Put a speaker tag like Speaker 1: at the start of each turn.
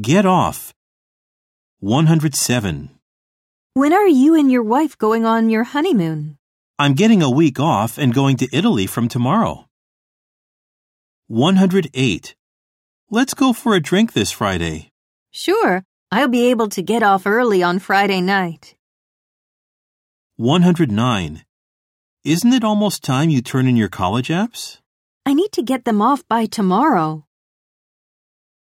Speaker 1: Get off. 107.
Speaker 2: When are you and your wife going on your honeymoon?
Speaker 1: I'm getting a week off and going to Italy from tomorrow. 108. Let's go for a drink this Friday.
Speaker 2: Sure, I'll be able to get off early on Friday night.
Speaker 1: 109. Isn't it almost time you turn in your college apps?
Speaker 2: I need to get them off by tomorrow.